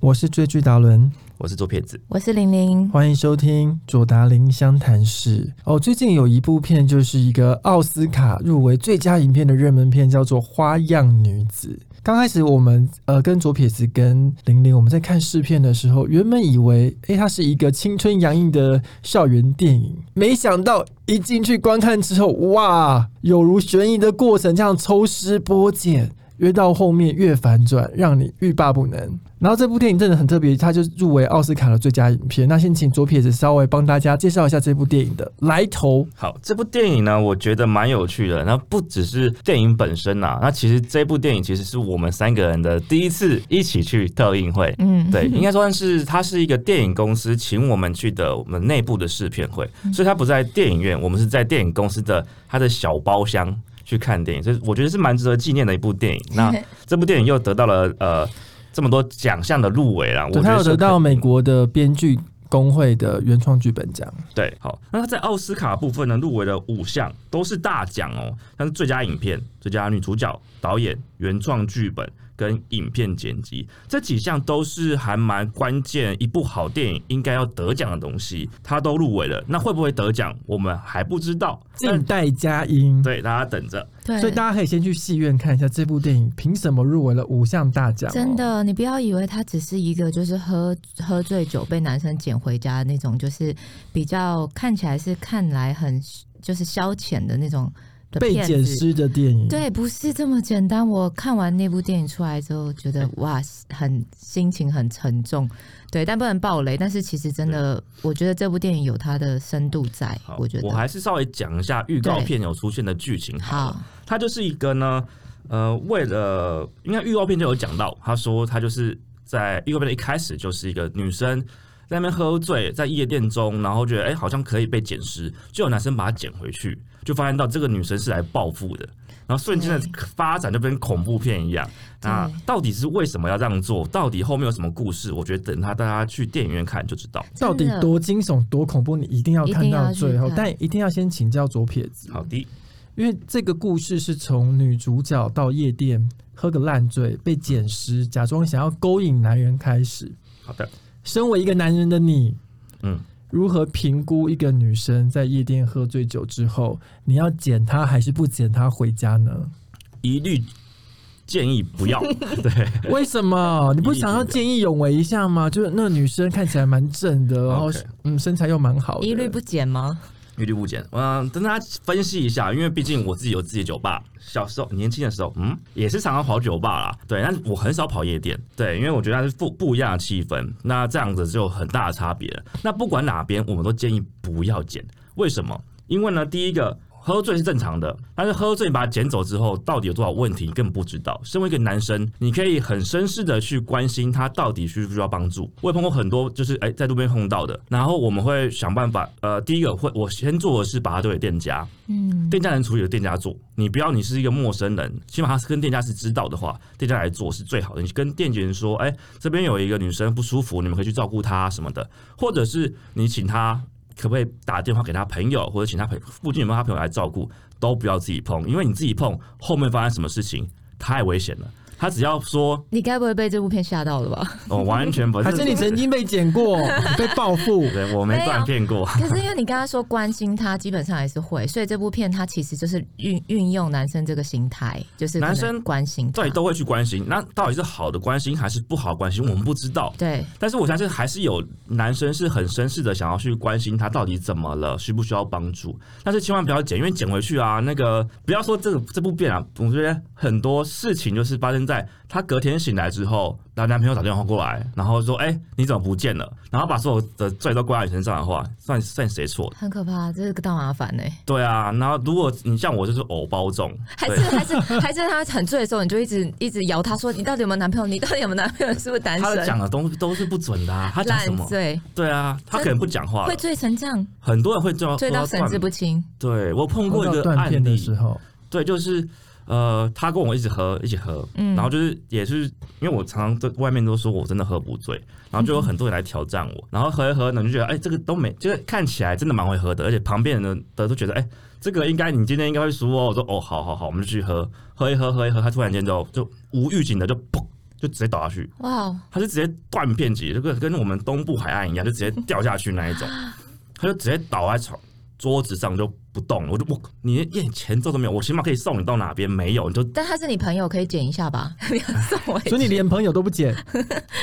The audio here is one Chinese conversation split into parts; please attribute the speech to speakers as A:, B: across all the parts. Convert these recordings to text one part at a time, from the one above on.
A: 我是追剧达伦，
B: 我是左撇子，
C: 我是玲玲，
A: 欢迎收听左达林湘潭市。哦，最近有一部片，就是一个奥斯卡入围最佳影片的热门片，叫做《花样女子》。刚开始我们呃跟左撇子跟玲玲我们在看试片的时候，原本以为诶它是一个青春洋溢的校园电影，没想到一进去观看之后，哇，有如悬疑的过程这样抽丝剥茧，越到后面越反转，让你欲罢不能。然后这部电影真的很特别，它就入围奥斯卡的最佳影片。那先请左撇子稍微帮大家介绍一下这部电影的来头。
B: 好，这部电影呢，我觉得蛮有趣的。那不只是电影本身呐、那其实这部电影其实是我们三个人的第一次一起去特映会。
C: 嗯，
B: 对，应该算是它是一个电影公司请我们去的我们内部的试片会，
A: 嗯
B: 所以它不在电影院，我们是在电影公司的它的小包厢去看电影，所以我觉得是蛮值得纪念的一部电影。 那这部电影又得到了呃这么多奖项的入围啦，我
A: 对，
B: 觉
A: 它
B: 得
A: 有
B: 是
A: 得到
B: 肯
A: 美国的编剧工会的原创剧本奖。
B: 对，好，那他在奥斯卡部分呢，入围了五项，都是大奖哦，像是最佳影片、最佳女主角、导演、原创剧本跟影片剪辑，这几项都是还蛮关键，一部好电影应该要得奖的东西，他都入围了，那会不会得奖，我们还不知道，
A: 静
B: 但
A: 待佳音。
B: 对大家等着。
C: 对，
A: 所以大家可以先去戏院看一下这部电影凭什么入围了五项大奖、哦
C: 真，的，你不要以为它只是一个就是喝喝醉酒被男生捡回家的那种，就是比较看起来是看来很就是消遣的那种的
A: 被
C: 骗
A: 剪
C: 子。
A: 失的电影。，
C: 对，不是这么简单。我看完那部电影出来之后，觉得哇，很心情很沉重。对，但不能暴雷。但是其实真的，我觉得这部电影有它的深度在
B: 好，，
C: 我觉得
B: 我还是稍微讲一下预告片有出现的剧情好了
C: 好。
B: 他就是一个呢，呃，为了应该预告片就有讲到，他说他就是在预告片的一开始就是一个女生在那边喝醉，在夜店中，然后觉得哎、好像可以被捡尸，就有男生把她捡回去，就发现到这个女生是来报复的。然后瞬间的
C: 对
B: 发展就跟恐怖片一样，
C: 对
B: 那到底是为什么要这样做？到底后面有什么故事？我觉得等他大家去电影院看就知道。
A: 到底
C: 真的
A: 多惊悚、多恐怖，你一定要看到最后
C: 一定要去，看
A: 但一定要先请教左撇子，
B: 好的，
A: 因为这个故事是从女主角到夜店喝个烂醉，被捡尸，假装想要勾引男人开始。
B: 好的，
A: 身为一个男人的你，
B: 嗯，
A: 如何评估一个女生在夜店喝醉酒之后，你要捡她还是不捡她回家呢？
B: 一律建议不要。
A: 为什么？你不想要
B: 一律不
A: 见义勇为一下吗？就是那女生看起来蛮正的，然后
B: OK
A: 嗯身材又蛮好的，
C: 一律不减吗？
B: 一律不减。嗯，跟大家分析一下，因为毕竟我自己有自己的酒吧，小时候年轻的时候，嗯，也是常常跑酒吧啦。对，但是我很少跑夜店，对，因为我觉得那是不不一样的气氛，那这样子就有很大的差别了。那不管哪边，我们都建议不要减。为什么？因为呢，第一个。喝醉是正常的，但是喝醉把它捡走之后，到底有多少问题，你根本不知道。身为一个男生，你可以很绅士的去关心他到底需不需要帮助。我也碰过很多，就是哎、在路边碰到的，然后我们会想办法。呃，第一个会我先做的是把他丢给店家，
C: 嗯，
B: 店家能处理的店家做。你不要你是一个陌生人，起码他是跟店家是知道的话，店家来做是最好的。你跟店员说，哎、这边有一个女生不舒服，你们可以去照顾她什么的，或者是你请她可不可以打电话给她朋友，或者请她朋附近有没有她朋友来照顾，都不要自己碰，因为你自己碰后面发生什么事情太危险了。他只要说
C: 你该不会被这部片吓到了吧？
B: 哦，完全 不
A: 还是你曾经被捡 过，你被报复？
B: 对我没断片 过，
C: 可是因为你刚刚说关心他，基本上还是会，所以这部片它其实就是运运用男生这个心态，就是可能
B: 男生
C: 关心他
B: 对，都会去关心。那到底是好的关心还是不好的关心，我们不知道。
C: 对
B: 但是我相信还是有男生是很绅士的，想要去关心他到底怎么了，需不需要帮助。但是千万不要捡，因为捡回去啊，那个不要说这个这部片啊，我觉得很多事情就是发生在她隔天醒来之后，然后男朋友打电话过来，然后说：“哎、你怎么不见了？”然后把所有的罪都怪到你身上的话，算算谁错？
C: 很可怕，这是个大麻烦欸呢、
B: 对啊，然后如果你像我就是偶包中，
C: 还
B: 对
C: 是还是还是他很醉的时候，你就一直一直摇他说你到底有没有男朋友？你到底有没有男朋友？是不是单
B: 他的
C: 身
B: 讲？的东西都是不准的、啊，他讲什
C: 烂
B: 么？
C: 醉
B: 对啊，他可能不讲话了
C: 会。醉成这样，
B: 很多人会做
C: 醉到神志不清。
B: 对我碰过
A: 碰
B: 一
A: 到
B: 个
A: 断
B: 案
A: 片的
B: 例，
A: 时候，
B: 对，就是呃，他跟我一直喝，一起喝，
C: 嗯
B: 然后就是也是因为我常常在外面都说我真的喝不醉，然后就有很多人来挑战我，然后喝一喝呢，你就觉得哎、这个都没，就是看起来真的蛮会喝的，而且旁边人的都觉得哎、这个应该你今天应该会输哦，我说哦，好好好，我们就去喝，喝一喝，喝一喝，他突然间就就无预警的就砰就就直接倒下去，
C: 哇哦，
B: 他就直接断片级，就跟跟我们东部海岸一样，就直接掉下去那一 种，他就直接倒在床桌子上就不动了。我就我你连前奏都没有，我起码可以送你到哪边没有，你就
C: 但他是你朋友，可以剪一下吧？ 不要送我一
A: 所以你连朋友都不捡，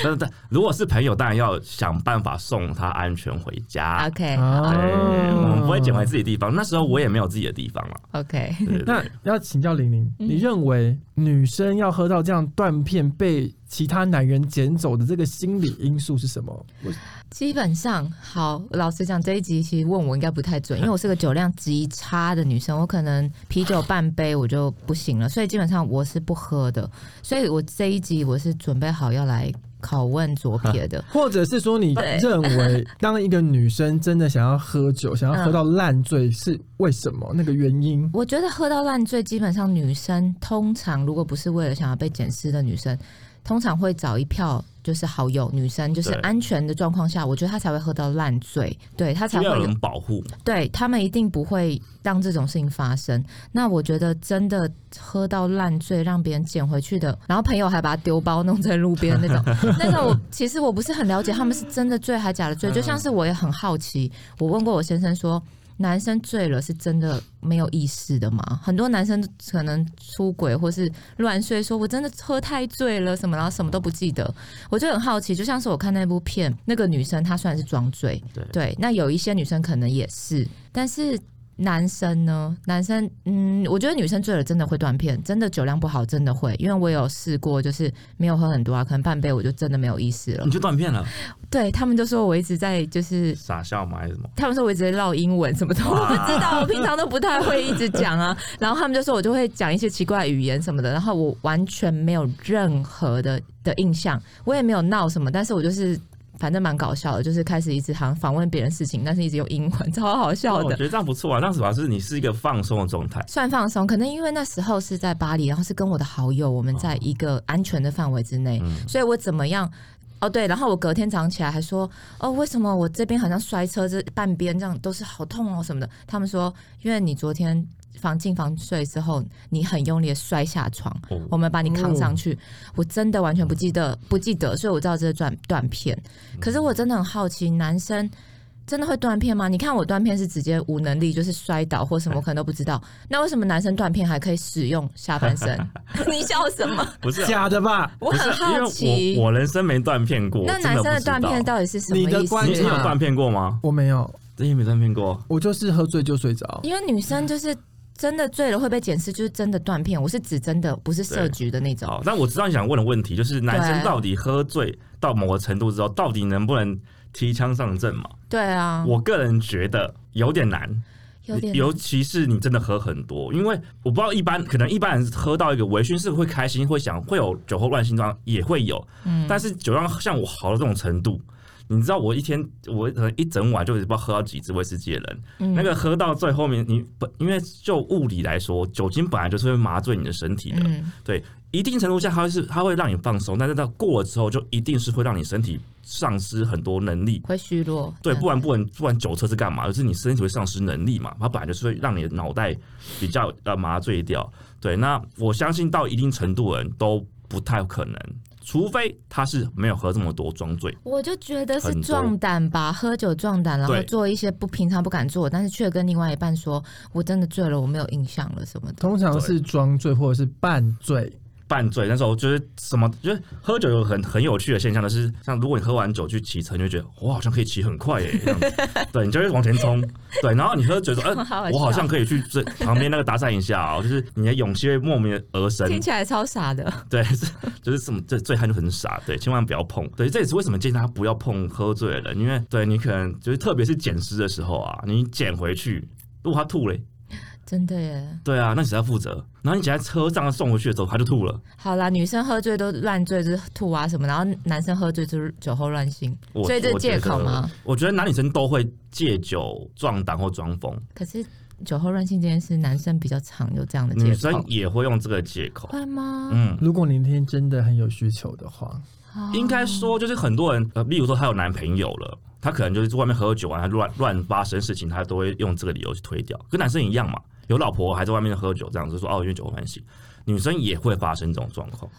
B: 但但如果是朋友，当然要想办法送他安全回家。
C: OK
A: 啊
B: 对，我们不会捡回自己的地方。那时候我也没有自己的地方了。
C: OK，
B: 对对对
A: 那要请教玲玲，
C: 嗯
A: 你认为女生要喝到这样断片被其他男人捡走的这个心理因素是什么？我
C: 基本上好。老实讲，这一集其实问我应该不太准，因为我是个酒量极差的女生，我可能啤酒半杯我就不行了，所以基本上我是不喝的。所以我这一集我是准备好要来拷问左 撇的。
A: 或者是说，你
C: 对
A: 认为当一个女生真的想要喝酒，想要喝
C: 嗯
A: 到烂醉，是为什么？那个原因？
C: 我觉得喝到烂醉，基本上女生通常如果不是为了想要被捡尸的女生，通常会找一票就是好友女生，就是
B: 对
C: 安全的状况下，我觉得她才会喝到烂醉，对她才
B: 就
C: 会
B: 要有
C: 有
B: 人保护，
C: 对他们一定不会让这种事情发生。那我觉得真的喝到烂醉，让别人捡回去的，然后朋友还把它丢包弄在路边那种，那种我其实我不是很了解他们是真的醉还假的醉，就像是我也很好奇，我问过我先生说。男生醉了是真的没有意识的吗？很多男生可能出轨或是乱睡，说我真的喝太醉了什么，然后什么都不记得。我就很好奇，就像是我看那部片，那个女生她虽然是装醉，
B: 对
C: 那有一些女生可能也是，但是男生呢？男生，嗯，我觉得女生醉了真的会断片，真的酒量不好真的会，因为我有试过，就是没有喝很多啊，可能半杯我就真的没有意识了
B: 你。就断片了，
C: 对他们就说我一直在就是
B: 傻笑吗？还是什么？
C: 他们说我一直在唠英文，什么都 我不知道，我平常都不太会一直 讲啊。然后他们就说我就会讲一些奇怪的语言什么的，然后我完全没有任何的的印象，我也没有闹什么，但是我就是。反正蛮搞笑的，就是开始一直好像访问别人事情，但是一直用英文，超好笑
B: 我
C: 的。
B: 觉得这样不错啊，这样子吧，就是你是一个放松的状态。
C: 算放松，可能因为那时候是在巴黎，然后是跟我的好友，我们在一个安全的范围之内，
B: 嗯
C: 所以我怎么样？哦对，然后我隔天早上起来还说，哦为什么我这边好像摔车这半边这样都是好痛哦什么的。他们说，因为你昨天防进防睡之后，你很用力的摔下床，
B: 哦
C: 我们把你扛上
B: 嗯
C: 去。我真的完全不记得不记得，所以我知道这是断断片。
B: 嗯
C: 可是我真的很好奇，男生真的会断片吗？你看我断片是直接无能力，就是摔倒或什么，我可能都不知道。那为什么男生断片还可以使用下半 身？你笑什么？
B: 不是啊，
A: 假的吧？
C: 我
B: 不是
C: 很
B: 啊，因
C: 好
B: 为
C: 奇
B: 我。我人生没断片过。
C: 那男生的
B: 的
C: 断片，到底是什么
A: 你的
C: 意思
A: 观？
B: 你
A: 念
B: 你有断片过吗？
A: 我没有，
B: 你也没断片过。
A: 我就是喝醉就睡着。
C: 因为女生就是真的醉了会被检视，就是真的断片。我是指真的，不是设局的那种。
B: 好，那我知道你想问的问题就是，男生
C: 对
B: 到底喝醉到某个程度之后，到底能不能提枪上阵嘛？
C: 对啊，
B: 我个人觉得有点难，
C: 有点
B: 尤其是你真的喝很多，因为我不知道一般可能一般人喝到一个微醺是会开心，会想会有酒后乱性状也会有，
C: 嗯
B: 但是酒量像我好到这种程度。你知道我一天我可能一整晚就不知道喝到几支威士忌的人，
C: 嗯
B: 那个喝到最后面，你本因为就物理来说，酒精本来就是会麻醉你的身体的，
C: 嗯
B: 一定程度下，它是它会让你放松，但是到过了之后，就一定是会让你身体丧失很多能力。
C: 会虚弱。
B: 对，
C: 这样
B: 不然不然不然酒测是干嘛？就是你身体会丧失能力嘛，它本来就是会让你的脑袋比较呃麻醉掉。对，那我相信到一定程度的人都不太可能，除非他是没有喝这么多装醉。
C: 我就觉得是
B: 很多
C: 壮胆吧，喝酒壮胆，然后
B: 对
C: 做一些不平常不敢做，但是却跟另外一半说我真的醉了，我没有印象了什么的。
A: 通常是装醉或者是半醉，
B: 半醉那时候就是什么，就是喝酒有很很有趣的现象，就是像如果你喝完酒去骑车，你就觉得我好像可以骑很快耶、这样子，对，你就会往前冲，对，然后你喝酒 说，
C: 好好
B: 呃，
C: 笑
B: 我好像可以去这旁边那个搭讪一下哦、就是你的勇气会莫名而生，
C: 听起来超傻的，
B: 对，是就是什么这醉汉就很傻，对，千万不要碰，对，这也是为什么建议大家不要碰喝醉的人，因为对你可能就是特别是捡尸的时候啊，你捡回去，如果他吐嘞，
C: 真的耶。
B: 对啊，那谁要负责？然后你捡在车上送回去的时候，他就吐了。
C: 好啦，女生喝醉都乱醉，就是吐啊什么，然后男生喝醉就是酒后乱性，
B: 我
C: 所以这是借口吗？
B: 我觉得我觉得男女生都会借酒壮胆或装疯，
C: 可是酒后乱性这件事，男生比较常有这样的借
B: 女
C: 口哦
B: 生，也会用这个借口。
C: 会吗？
B: 嗯，
A: 如果你那天真的很有需求的话，
C: 哦
B: 应该说就是很多人，呃，例如说她有男朋友了，她可能就是在外面喝酒啊，乱乱发生事情，她都会用这个理由去推掉，跟男生一样嘛。有老婆还在外面喝酒，这样子说哦，因为酒后乱性，女生也会发生这种状况。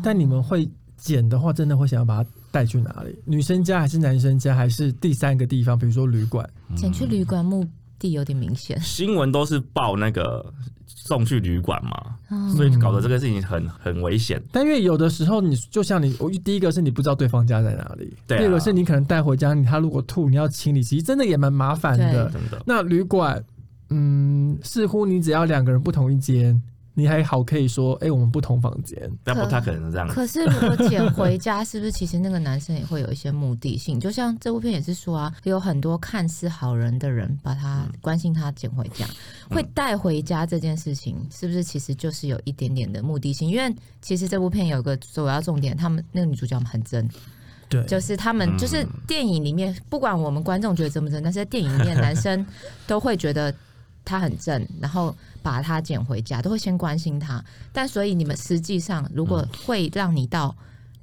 A: 但你们会捡的话，真的会想要把它带去哪里？女生家还是男生家，还是第三个地方，比如说旅馆？
C: 前去旅馆目的有点明显，
B: 新闻都是报那个送去旅馆嘛，
C: 哦
B: 所以搞得这个事情很很危险。
A: 但因为有的时候你就像你，我第一个是你不知道对方家在哪里，
B: 对啊
A: 第二个是你可能带回家，你他如果吐，你要清理，其实真的也蛮麻烦的
C: 对。
B: 真的，
A: 那旅馆，嗯，似乎你只要两个人不同一间，你还好可以说，哎、我们不同房间。
B: 那不太可能这样。
C: 可是如果捡回家，是不是其实那个男生也会有一些目的性？就像这部片也是说啊，有很多看似好人的人，把他关心他捡回家，会带回家这件事情，是不是其实就是有一点点的目的性？因为其实这部片有个主要重点，他们那个女主角很真，
A: 对
C: 就是他们
B: 嗯
C: 就是电影里面，不管我们观众觉得真不真，但是在电影里面男生都会觉得他很正，然后把他捡回家，都会先关心他。但所以你们实际上如果会让你到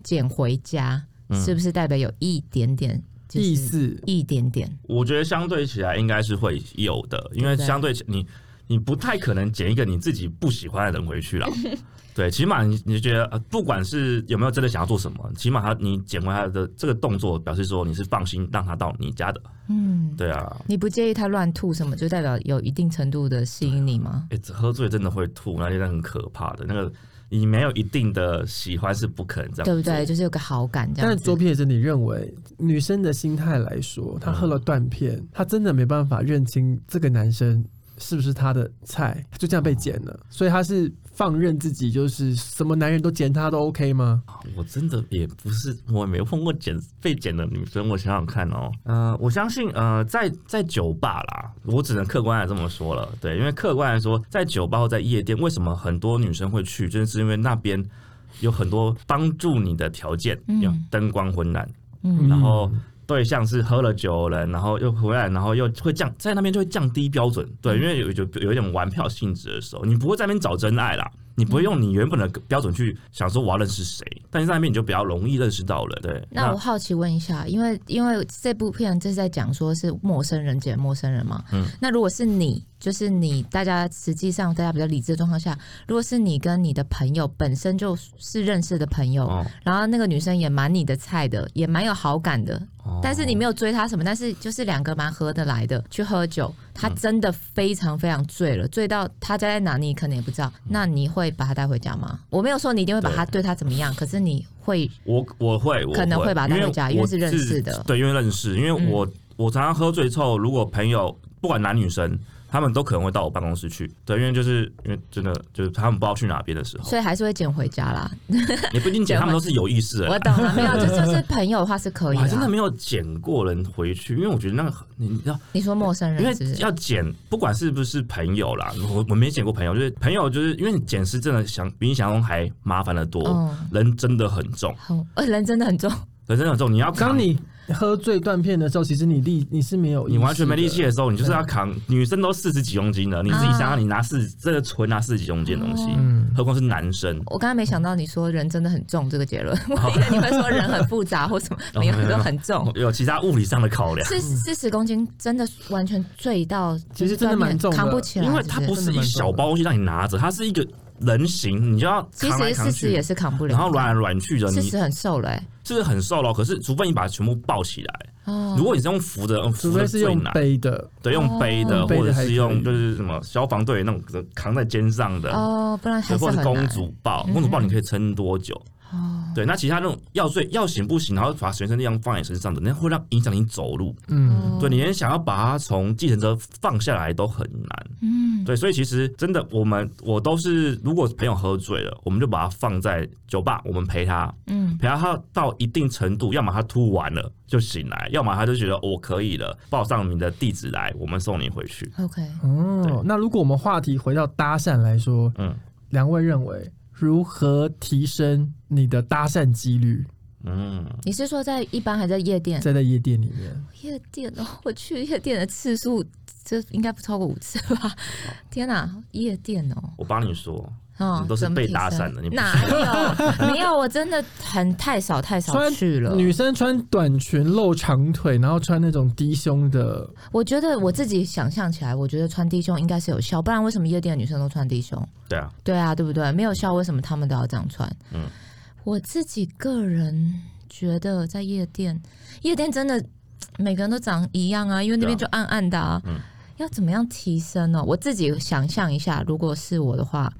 C: 捡回家，
B: 嗯
C: 是不是代表有一点点、就是、
A: 意？思
C: 一点点，
B: 我觉得相对起来应该是会有的，因为
C: 对不对
B: 相对起你你不太可能捡一个你自己不喜欢的人回去了。对，起码你你觉得，呃不管是有没有真的想要做什么，起码他你捡回他的这个动作，表示说你是放心让他到你家的。
C: 嗯。
B: 对啊，
C: 你不介意他乱吐什么，就代表有一定程度的吸引你吗？
B: 哎、喝醉真的会吐，那真的很可怕的。那个你没有一定的喜欢是不可能这样，
C: 对不对？？就是有个好感这
A: 但
C: 样
A: 是
C: 子。
A: 左撇子，你认为女生的心态来说，她喝了断片，她真的没办法认清这个男生是不是她的菜，就这样被捡了，所以她是放任自己，就是什么男人都捡她都 OK 吗？
B: 我真的也不是，我也没碰过捡被捡的女生。我想想看哦，呃，我相信，呃，在在酒吧啦，我只能客观来这么说了，对，因为客观来说，在酒吧或在夜店，为什么很多女生会去，就是因为那边有很多帮助你的条件，
C: 嗯
B: 有灯光昏暗，
C: 嗯，
B: 然后对象是喝了酒了，然后又回来，然后又会降在那边就会降低标准，对，
C: 嗯
B: 因为有有有一点玩票性质的时候，你不会在那边找真爱啦。你
C: 嗯
B: 不会用你原本的标准去想说我要认识谁，但是在那边你就比较容易认识到人。对，
C: 那我好奇问一下，因为因为这部片就是在讲说是陌生人捡陌生人嘛，
B: 嗯
C: 那如果是你，就是你，大家实际上大家比较理智的状况下，如果是你跟你的朋友本身就是认识的朋友，
B: 哦
C: 然后那个女生也蛮你的菜的，也蛮有好感的，
B: 哦
C: 但是你没有追她什么，但是就是两个蛮合得来的，去喝酒，
B: 嗯
C: 她真的非常非常醉了，醉到她家在哪你可能也不知道，
B: 嗯
C: 那你会把她带回家吗？我没有说你一定会把她对她怎么样，可是你会
B: 我我会我
C: 可能会把他带
B: 因为
C: 回家因为
B: 我
C: 是认识的嗯
B: 对，因为认识，因为我、我常常喝醉之后，如果朋友不管男女生，他们都可能会到我办公室去，对，因为就是因为真的就是他们不知道去哪边的时 候，
C: 所以还是会捡回家啦。
B: 也不一定捡，他们都是有意识的人
C: 我。懂了，没 有，这就是朋友的话是可以
B: 我还
C: 啦
B: 真的没有捡过人回去，因为我觉得那个很你你知道，
C: 你说陌生
B: 因为
C: 人嗯是不是？
B: 要捡，不管是不是朋友啦，我我没捡过朋友，就是朋友，就是因为你捡是真的想比你想象中还麻烦的多，
C: 嗯，
B: 人真的很重，
C: 很呃人真的很重，
B: 人真的很重，你要扛
A: 当你喝醉断片的时候，其实你力你是没有意识的，
B: 你完全没力气的时候，你就是要扛。女生都四十几公斤了，你自己想想，你拿四这个纯拿四十几公斤的东西，
A: 嗯，
B: 何况是男生？
C: 我刚才没想到你说人真的很重这个结论，我以为你会说人很复杂 或什么，没有，哦人很重。
B: 哦有其他物理上的考量，
C: 四四十公斤真的完全醉到，
A: 其实真的蛮重的
C: 就是断片扛不起来，
B: 因为它不
C: 是
B: 是一小包东西让你拿着，它是一个人形，你就要
C: 不是，
B: 扛来
C: 其实
B: 扛
C: 四十
B: 去
C: 也，是扛不了，
B: 然后软来软去的，
C: 四
B: 你
C: 十很瘦了欸，
B: 是很瘦咯。可是，除非你把它全部抱起来，如
C: 哦，
B: 果你是用扶的，用
A: 除
B: 扶
A: 非
B: 的
A: 是
B: 最
A: 用
B: 难。
A: 背的，
B: 对，用背的，
A: 用背的
B: 或者
A: 还可
B: 是
A: 以
B: 用就是什么消防队那种扛在肩上的，
C: 哦，不然还
B: 对，
C: 是
B: 或者
C: 很
B: 是
C: 难嗯
B: 公主抱，公主抱你可以撑多久？
C: 哦，
B: 对，那其他那种要睡要醒不醒，然后把全身力量放在你身上的，那会让影响你走路。
A: 嗯，
C: 哦
B: 对，你连想要把它从计程车放下来都很难。
C: 嗯，
B: 对，所以其实真的，我们我都是，如果朋友喝醉了，我们就把他放在酒吧，我们陪他，
C: 嗯
B: 陪他到一定程度，要么他吐完了就醒来，要么他就觉得我可以了，报上你的地址来，我们送你回去。
C: ，OK，
A: 哦，那如果我们话题回到搭讪来说，
B: 嗯
A: 两位认为如何提升你的搭讪几率？
B: 嗯，
C: 你是说在一般还在夜店？
A: 在在夜店里面，
C: 夜店哦，我去夜店的次数，这应该不超过五次吧？天哪、夜店哦，
B: 我帮你说，
C: 啊、
B: 哦你都是
C: 怎么
B: 被
C: 提
B: 搭
C: 升
B: 讪的你不
C: 哪 有？没有，我真的很太少太少
A: 穿
C: 去了。
A: 女生穿短裙露长腿，然后穿那种低胸的，
C: 我觉得我自己想象起来，我觉得穿低胸应该是有效，不然为什么夜店的女生都穿低胸？
B: 对啊，
C: 对啊，对不对？没有效，为什么她们都要这样穿？
B: 嗯
C: 我自己个人觉得，在夜店，夜店真的每个人都长一样啊，因为那边就
B: 对
C: 暗暗的啊。
B: 嗯
C: 要怎么样提升呢、我自己想象一下，如果是我的话，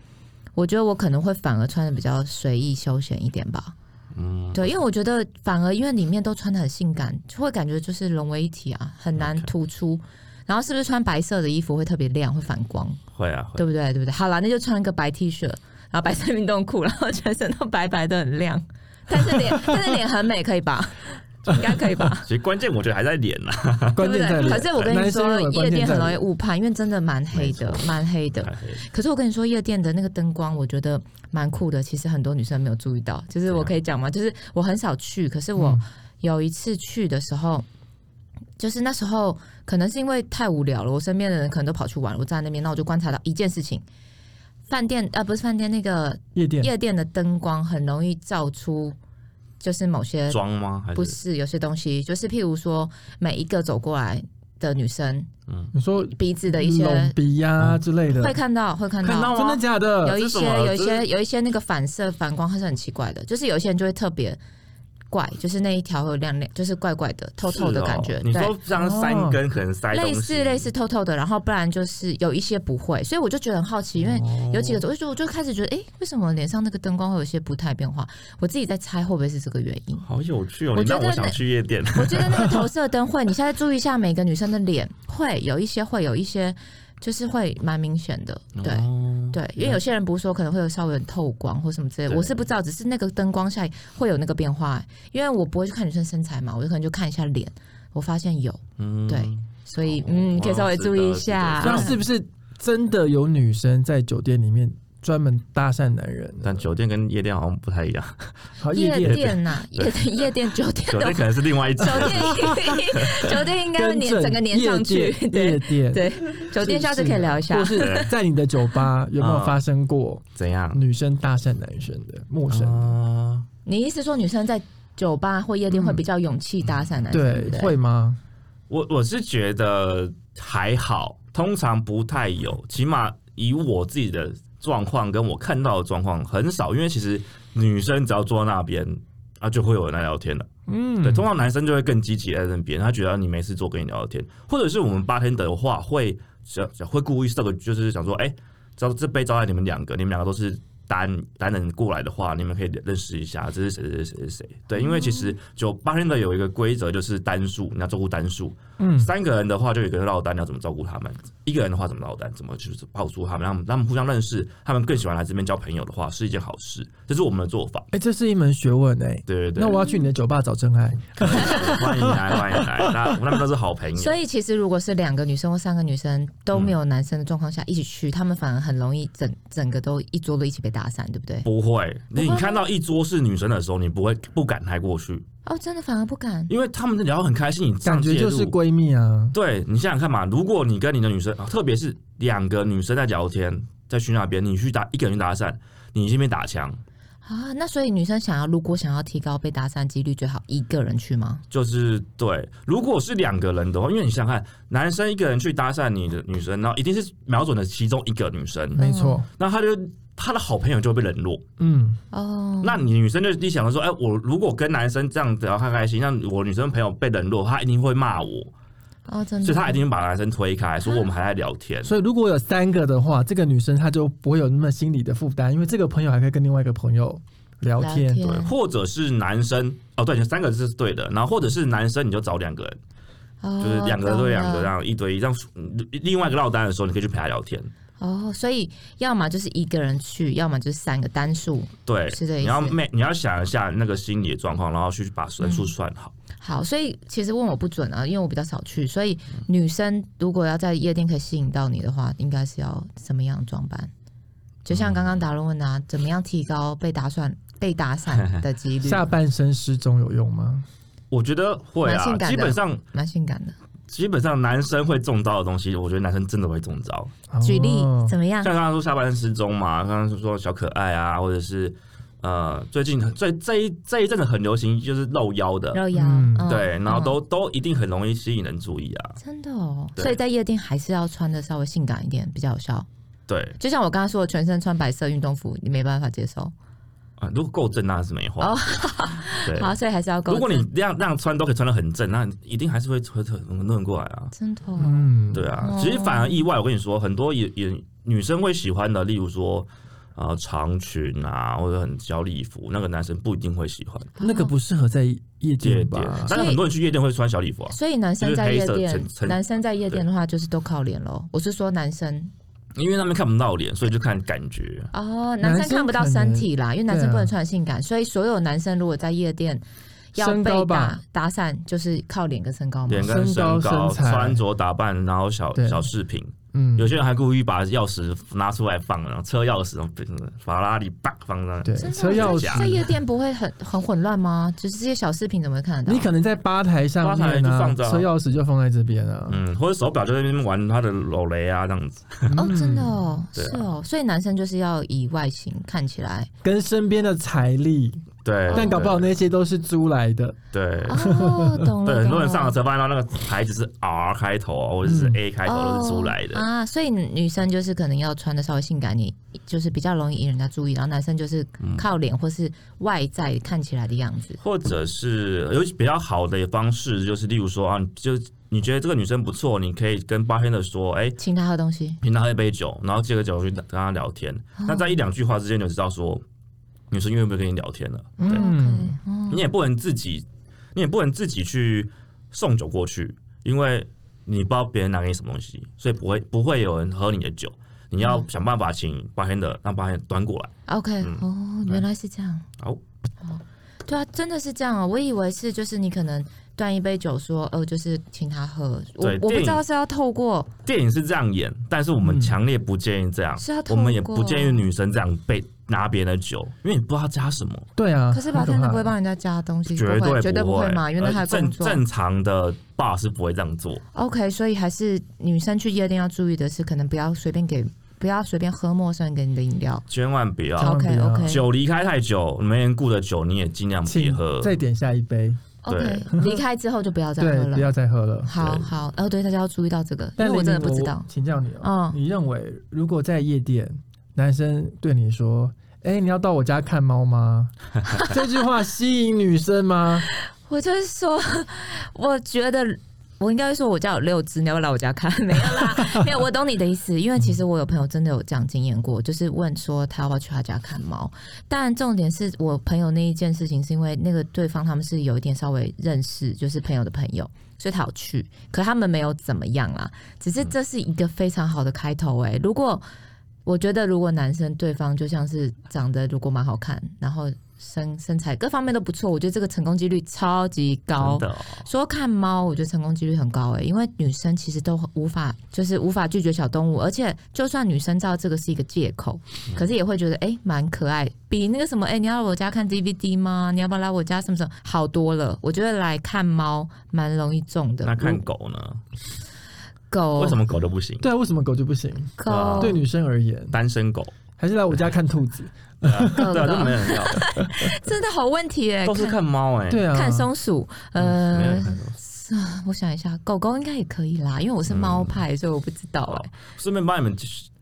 C: 我觉得我可能会反而穿的比较随意休闲一点吧。
B: 嗯，
C: 对，因为我觉得反而因为里面都穿的很性感，就会感觉就是融为一体啊，很难
B: OK
C: 突出。然后是不是穿白色的衣服会特别亮，会反光？
B: 会啊，会
C: 对不对？对不对？好啦，那就穿个白 T 恤，然后白色运动裤，然后全身都白白的，很亮。 但是脸，但是脸很美，可以吧？应该可以吧？
B: 其实关键我觉得还在脸啊啦，
C: 对
A: 关
C: 不
A: 键在
C: 对？
A: 脸。
C: 可是我跟你
A: 男生
C: 说
A: 认为，
C: 夜
A: 关键
C: 店
A: 在
C: 很容易
A: 脸
C: 误判，因为真的蛮黑的
B: 没，哎
C: 蛮黑的。可是我跟你说，夜店的那个灯光，我觉得蛮酷的。其实很多女生没有注意到，就是我可以讲吗？就是我很少去，可是我
A: 嗯
C: 有一次去的时候，就是那时候可能是因为太无聊了，我身边的人可能都跑去玩，我站在那边，那我就观察到一件事情：饭店啊、呃不是饭店，那个
A: 夜店
C: 夜店的灯光很容易照出，就是某些
B: 妆吗？还
C: 不
B: 是
C: 是有些东西，就是譬如说每一个走过来的女生
B: 嗯
A: 你说
C: 鼻子的一些
A: 隆鼻呀之类的，
C: 会看啊到，会看
B: 看
C: 到
B: 到。
A: 真的假
C: 有
A: 的？
C: 一
B: 这是
C: 些
B: 什么
C: 有一
B: 这
C: 些有一些那个反射反光，它是很奇怪的，就是有一些人就会特别怪，就是那一条会有亮亮，就是怪怪的、透透的感觉，
B: 是哦你
C: 对，
B: 说像三根可能塞
C: 类
B: 东西
C: 似类似透透的，然后不然就是有一些不会，所以我就觉得很好奇，因
B: 哦
C: 为有
A: 哦
C: 几个，我就我就开始觉得，哎、为什么脸上那个灯光会有一些不太变化？我自己在猜会不会是这个原因。
B: 好有趣哦！
C: 我
B: 你
C: 觉
B: 让
C: 得
B: 我想
C: 那
B: 去夜店，
C: 我觉得那个投射灯会，你现在注意一下每个女生的脸，会有一些会有一些，就是会蛮明显的，对。
B: 哦
C: 对，因为有些人不是说可能会有稍微有透光或什么之类的，
B: 对
C: 我是不知道，只是那个灯光下会有那个变化、因为我不会去看女生身材嘛，我就可能就看一下脸，我发现有，
B: 嗯
C: 对所以
B: 哦
C: 嗯，可以稍微
B: 是的
C: 注意
B: 是
C: 一
B: 的
C: 下。
A: 那是不是真的有女生在酒店里面专门搭讪男人？
B: 但酒店跟夜店好像不太一 样，
A: 好，啊夜
C: 夜
A: 店
C: 店呐、夜店夜店酒店
B: 酒
C: 的
B: 店可能是另外一
C: 酒
B: 种。
C: 店酒店应该会
A: 跟
C: 粘整个粘上去，
A: 夜
C: 对
A: 店
C: 对，酒店下次可以聊一下
A: 或。是在你的酒吧有没有发生过
B: 怎样？
A: 女生搭讪男生的陌
C: 嗯
A: 生
C: 哦
A: 的？
B: 啊，
C: 你意思说女生在酒吧或夜店会比较勇气搭讪男生，对
A: 对
C: 不，对？
A: 会吗？
B: 我我是觉得还好，通常不太有，起码以我自己的状况跟我看到的状况很少，因为其实女生只要坐在那边啊，就会有人来聊天了。
A: 嗯，
B: 对，通常男生就会更积极在那边，他觉得你没事做跟你聊聊天，或者是我们八天的话会想想会故意设个，就是想说，哎、招这杯招待你们两个，你们两个都是单单人过来的话，你们可以认识一下，这是谁谁谁谁谁。对，因为其实就八天的有一个规则就是单数，你要照顾单数，
A: 嗯
B: 三个人的话就有一个人落单，你要怎么照顾他们？一个人的话怎么落单？怎么就是抱住他们，让他们让他们互相认识，他们更喜欢来这边交朋友的话是一件好事，这是我们的做法。
A: 哎、这是一门学问哎、
B: 对对对，
A: 那我要去你的酒吧找真爱，
B: 欢迎来，欢迎来，那我们那边都是好朋友。
C: 所以其实如果是两个女生或三个女生都没有男生的状况下一起去，她们反而很容易整整个都一桌都一起被打散，对不对？
B: 不会，你
C: 不会吗
B: 看到一桌是女生的时候，你不会不敢太过去，
C: 哦，真的反而不敢。
B: 因为他们聊得很开心，你这样
A: 感觉
B: 介
A: 就
B: 入
A: 是闺蜜啊。
B: 对你想想看嘛，如果你跟你的女生，啊特别是两个女生在聊天，在去那边，你去打一个人去搭讪，你这边打枪，
C: 啊，那所以女生想要如果想要提高被搭讪几率，最好一个人去吗？
B: 就是对。如果是两个人的话，因为你想想看，男生一个人去搭讪你的女生，然后一定是瞄准了其中一个女
C: 嗯
B: 生，
A: 没错，
B: 那他就他的好朋友就会被冷落。
A: 嗯，
C: 哦，
B: 那你女生就你想着说，哎、我如果跟男生这样子聊开开心，那我女生朋友被冷落，她一定会骂我，
C: 哦，真的，
B: 所以她一定把男生推开，说我们还在聊天。
A: 所以如果有三个的话，这个女生她就不会有那么心理的负担，因为这个朋友还可以跟另外一个朋友聊
C: 聊
A: 天。
C: 天
B: 对，或者是男生哦，对，三个是对的，然后或者是男生你就找两个人，
C: 哦
B: 就是两个对两个，
C: 懂
B: 这
C: 了
B: 样一对一，这样嗯另外一个落单的时候，你可以去陪他聊天。
C: 哦，所以要么就是一个人去，要么就是三个单数。
B: 对，
C: 是的
B: 你要每你要想一下那个心理的状况，然后去把人数算
C: 嗯
B: 好。
C: 好，所以其实问我不准啊，因为我比较少去，所以女生如果要在夜店可以吸引到你的话，应该是要什么样的装扮？就像刚刚达伦问的啊，怎么样提高被打算被打散的几率？
A: 下半身失踪有用吗？
B: 我觉得会
C: 蛮
B: 啊
C: 性，感的
B: 基本上
C: 蛮性感的。
B: 基本上男生会中招的东西，我觉得男生真的会中招。
C: 举例
A: 哦
C: 怎么样？
B: 像刚刚说下半身失踪嘛，刚刚说小可爱啊，或者是呃，最近很最这一这一阵子很流行就是露腰的，
C: 肉腰、
A: 嗯
C: 嗯
B: 对，然后、
C: 嗯
B: 都、都一定很容易吸引人注意啊，
C: 真的哦。
B: 对
C: 所以在夜店还是要穿的稍微性感一点比较有效。
B: 对，
C: 就像我刚刚说的，全身穿白色运动服，你没办法接受。
B: 啊，如果够正，那是没话。
C: 哦
B: 对，
C: 好，所以还是要够
B: 如
C: 正。
B: 果你这样让穿都可以穿得很正，那一定还是会会很弄过来啊。
C: 真的哦、
A: 嗯，
B: 对啊，
C: 哦
B: 其实反而意外，我跟你说，很多也也女生会喜欢的，例如说。呃，长裙啊，或者很小礼服，那个男生不一定会喜欢。
A: 那个不适合在夜
B: 夜
A: 店
B: 店
A: 吧，？
B: 但是很多人去夜店会穿小礼服啊，
C: 哦所以男生在夜
B: 就是黑
C: 店
B: 色衬，
C: 男生在夜店的话就是都靠脸喽。我是说男生
B: 因为那边看不到脸，所以就看感觉。
C: 哦，
A: 男
C: 男
A: 生
C: 生看不到身体啦，因为男生不能穿性感，所以所有男生如果在夜店要
A: 身高
C: 被
A: 吧
C: 打打散，就是靠脸跟身高嘛
B: 脸。跟
A: 哦身高
B: 身高、
A: 身材
B: 穿着打扮，然后小
A: 对
B: 小饰品，
A: 嗯，
B: 有些人还故意把钥匙拿出来放，然后车钥匙，然后嗯法拉利叭放上。
A: 对
C: 真的
A: 车钥
C: 在
A: 匙，
C: 夜店不会很很混乱吗？就是这些小饰品怎么会看得到？
A: 你可能在吧台上
B: 吧台
A: 面
B: 就
A: 啊，
B: 放着啊
A: 车钥匙就放在这边啊。
B: 嗯，或者手表就在那边玩他的老雷啊，这样子。
C: 哦，
A: 嗯
C: 真的哦，
B: 对啊
C: 是哦，所以男生就是要以外形看起来
A: 跟身边的财力，
B: 哦对，
A: 但搞不好那些都是租来的。
B: 对。
C: 哦，懂
B: 对，
C: 了，
B: 很多人
C: 懂
B: 上了
C: 了
B: 车发现到那个牌子是 R 开头啊，或者是
A: 嗯
B: A 开头都是出来的
C: 哦。啊，所以女生就是可能要穿的稍微性感，你就是比较容易引人家注意，然后男生就是
B: 嗯
C: 靠脸或是外在看起来的样子。
B: 或者是有比较好的方式，就是例如说啊，就你觉得这个女生不错，你可以跟八天的说，哎、
C: 请他喝东西，
B: 请她喝一杯酒，然后借个酒去跟她聊天。
C: 哦
B: 那在一两句话之间就知道说，女生愿不愿意跟你聊天了。对，
A: 嗯，
B: 你也不能自己，你也不能自己去送酒过去，因为你不知道别人拿给你什么东西，所以不会不会有人喝你的酒。你
C: 嗯
B: 要想办法请八天的让八天端过来。
C: OK，、
B: 嗯
C: 哦，原来是这样。
B: 好，
C: 对啊，真的是这样啊、我以为是就是你可能端一杯酒说，呃，就是请他喝，我
B: 对
C: 我不
B: 电
C: 知
B: 影
C: 道是要透过
B: 电影是这样演，但是我们强烈不建议这样，
C: 嗯是要透
B: 我
C: 过，
B: 们也不建议女生这样被拿别人的酒，因为你不知道加什么，
A: 对啊。
C: 可是吧，
A: 很
C: 真的
A: 怕
C: 不会帮人家加东西，
B: 绝
C: 不会，绝
B: 对
C: 对不
B: 会
C: 会嘛，因为那
B: 而
C: 他的
B: 正
C: 工作。啊
B: 正常的 bar 是不会这样做，
C: OK，所以还是女生去夜店要注意的是，可能不要随便给，不要随便喝陌生人给你的饮料。
B: 千万不
A: 千
B: 要
A: 万不
C: OK
A: 要
C: OK
B: 酒离开太久，没人顾的酒你也尽量别
A: 请
B: 喝。
A: 再点下一杯，
C: OK，离 开之后就不要再
A: 对
C: 喝，了
A: 不。要再喝了。
C: 好
B: 对
C: 好，哦对，大家要注意到这个，因
A: 但
C: 为我
A: 玲
C: 真的
A: 玲
C: 不知道。
A: 请教你哦
C: 嗯，
A: 你认为如果在夜店，男生对你说：“哎，你要到我家看猫吗？” 这句话吸引女生吗？
C: 我就是说，我觉得我应该说，我家有六只，你要不要来我家看？ 没有啦，没有。我懂你的意思，因为其实我有朋友真的有这样经验过，就是问说他要不要去他家看猫。但重点是我朋友那一件事情，是因为那个对方他们是有一点稍微认识，就是朋友的朋友。所以他有去，可他们没有怎么样啦，只是这是一个非常好的开头哎、如果我觉得，如果男生对方就像是长得如果蛮好看，然后身身材各方面都不错，我觉得这个成功几率超级高
B: 真。的哦、
C: 说看猫，我觉得成功几率很高诶、欸因为女生其实都无法，就是无法拒绝小动物，而且就算女生知道这个是一个借口，
B: 嗯
C: 可是也会觉得诶蛮、可爱，比那个什么哎诶、你要来我家看 DVD 吗？你要不要来我家什么什么好多了？我觉得来看猫蛮容易中的，
B: 那看狗呢？
C: 狗哦
B: 为什么狗就不行？
A: 对啊，为什么狗就不行？
C: 狗
A: 对女生而言，
B: 单身狗，
A: 还是来我家看兔子？
C: 狗
B: 对啊，
C: 狗
B: 都没人要，
C: 真的好问题诶、
B: 都是看猫哎、
A: 对啊，
C: 看松鼠，
B: 嗯没有
C: 呃
B: 人，看狗
C: 我想一下，狗狗应该也可以啦，因为我是猫
B: 嗯
C: 派，所以我不知道哎、
B: 顺便帮你们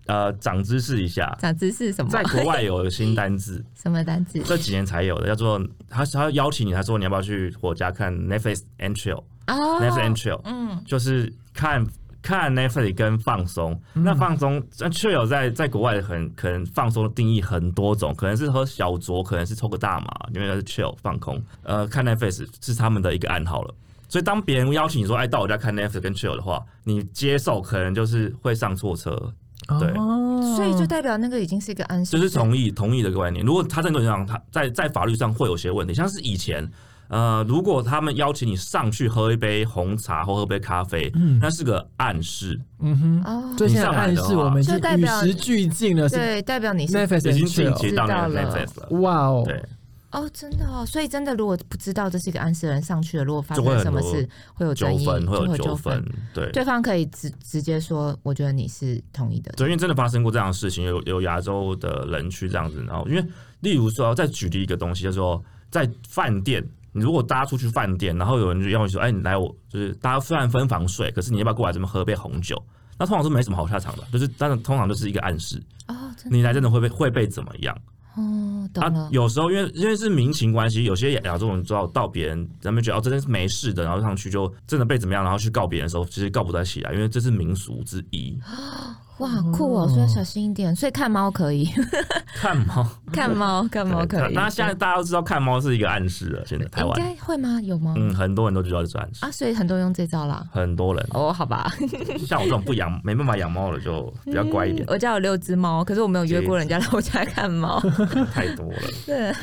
B: 呃长知识一下，
C: 长知识什么
B: 在国外有新单 字，
C: 什么单字
B: 这几年才有的，叫做他他邀请你，他说你要不要去我家看 Netflix and chill，Netflix
C: 哦
B: and chill，
C: 嗯，
B: 就是看看 Netflix 跟放松。
C: 嗯
B: 那放松，那 chill 在在国外很可能放松的定义很多种，可能是喝小酌，可能是抽个大麻，因为那是 chill 放空。呃，看 Netflix 是他们的一个暗号了。所以当别人邀请你说“哎，到我家看 Netflix 跟 chill” 的话，你接受可能就是会上错车，对
A: 哦
C: 所以就代表那个已经是一个暗示，
B: 就是同意同意的观念。如果他在这个上，他在在法律上会有些问题，像是以前。呃，如果他们邀请你上去喝一杯红茶或喝杯咖啡，
C: 嗯
B: 那是个暗示，
A: 嗯哼，
C: 哦，
A: 所以现在
B: 上来
A: 暗
B: 的
A: 示
B: 话
A: 我们已经
C: 就代
A: 与
C: 表
A: 时俱进了，是
C: 对，代表你是
A: Netflix
B: 已经
A: and
B: 进
A: chill
B: 阶到那
C: 知
B: 个
C: 道了
B: Netflix 了。
A: 哇哦，
B: 对，
C: 哦，真的哦，所以真的如果不知道这是一个暗示，人上去了，如果发
B: 就会
C: 生
B: 很
C: 什么
B: 多
C: 事会有争
B: 纠
C: 议，
B: 纷
C: 就
B: 会有
C: 会
B: 纠
C: 纠
B: 纷，，对。
C: 对方可以直直接说，我觉得你是同意的，
B: 对，因为真的发生过这样的事情，有有亚洲的人去这样子，然后因为例如说，再举例一个东西，就是说在饭店，你如果大家出去饭店，然后有人就要你说，哎，你来我就是大家虽然分房睡，可是你要不要过来这边喝杯红酒？那通常是没什么好下场的，就是但是通常就是一个暗示，
C: 哦，真的
B: 你来真的会被会被怎么样？
C: 哦，懂
B: 啊
C: 了，。
B: 有时候因为因为是民情关系，有些亚洲人知道到别人，咱们觉得哦，这件事没事的，然后上去就真的被怎么样，然后去告别人的时候，其实告不太起来，因为这是民俗之 一。
C: 哇，酷哦！所以要小心一点。所以看猫可以，
B: 看猫，
C: 看猫，看猫哦可以。
B: 那现在大家都知道看猫是一个暗示了，现在台
C: 应
B: 湾，
C: 该会吗？有吗？
B: 嗯，很多人都知道这是暗示，
C: 啊，所以很多人用这招啦。
B: 很多人啊
C: 哦，好吧，
B: 像我这种不养没办法养猫的，就比较乖一点，
C: 我家有六只猫，可是我没有约过人家来我家看 猫。
B: 太多了。
C: 对，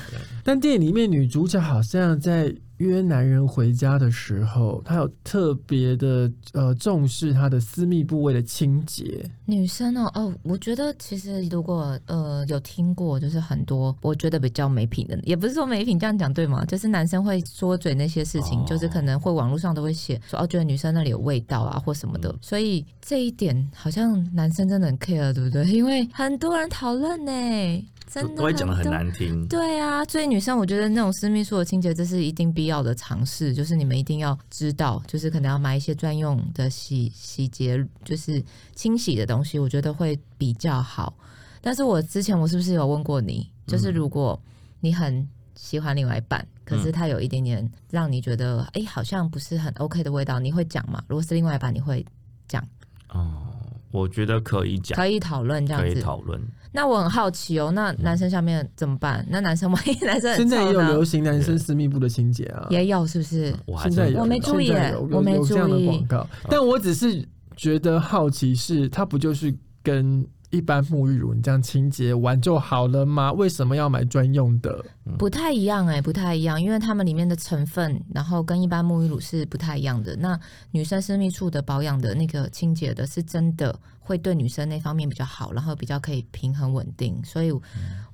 A: 但电影里面女主角好像在约男人回家的时候，她有特别的呃重视她的私密部位的清洁。
C: 女生哦，哦，我觉得其实如果呃有听过，就是很多我觉得比较没品的，也不是说没品，这样讲对吗？就是男生会说嘴那些事情，
B: 哦
C: 就是可能会网络上都会写说哦，觉得女生那里有味道啊或什么
B: 嗯
C: 的，所以这一点好像男生真的很 care，对不对？因为很多人讨论呢，真的
B: 都会讲的很
C: 多
B: 难听，
C: 对啊，所以女生我觉得那种私密处的清洁，这是一定必要的尝试，就是你们一定要知道，就是可能要买一些专用的洗洗洁，就是清洗的东西，我觉得会比较好。但是我之前我是不是有问过你，就是
A: 嗯
C: 如果你很喜欢另外一半，可是他有一点点让你觉得，哎、好像不是很 OK 的味道，你会讲吗？如果是另外一半，你会
B: 哦，我觉得可以讲，
C: 可以讨论这样
B: 可以
C: 子？
B: 讨论。
C: 那我很好奇哦，那男生下面怎么办？那男生万一男生
A: 嗯
C: 很
A: 现在也
C: 臭
A: 有
C: 呢
A: 流行男生私密部的清洁啊，
C: 也有是不是？
B: 我还
A: 现在
B: 真
A: 有，
C: 我没注意
A: 现在
C: 耶
A: 有
C: 我
A: 有
C: 没
A: 有这样
C: 注
A: 的
C: 意嗯
A: 广告，但我只是觉得好奇是，它不就是跟一般沐浴乳你这样清洁完就好了吗？为什么要买专用的？
C: 不太一样哎、不太一样，因为它们里面的成分，然后跟一般沐浴乳是不太一样的。那女生私密处的保养的那个清洁的，是真的会对女生那方面比较好，然后比较可以平衡稳定。所以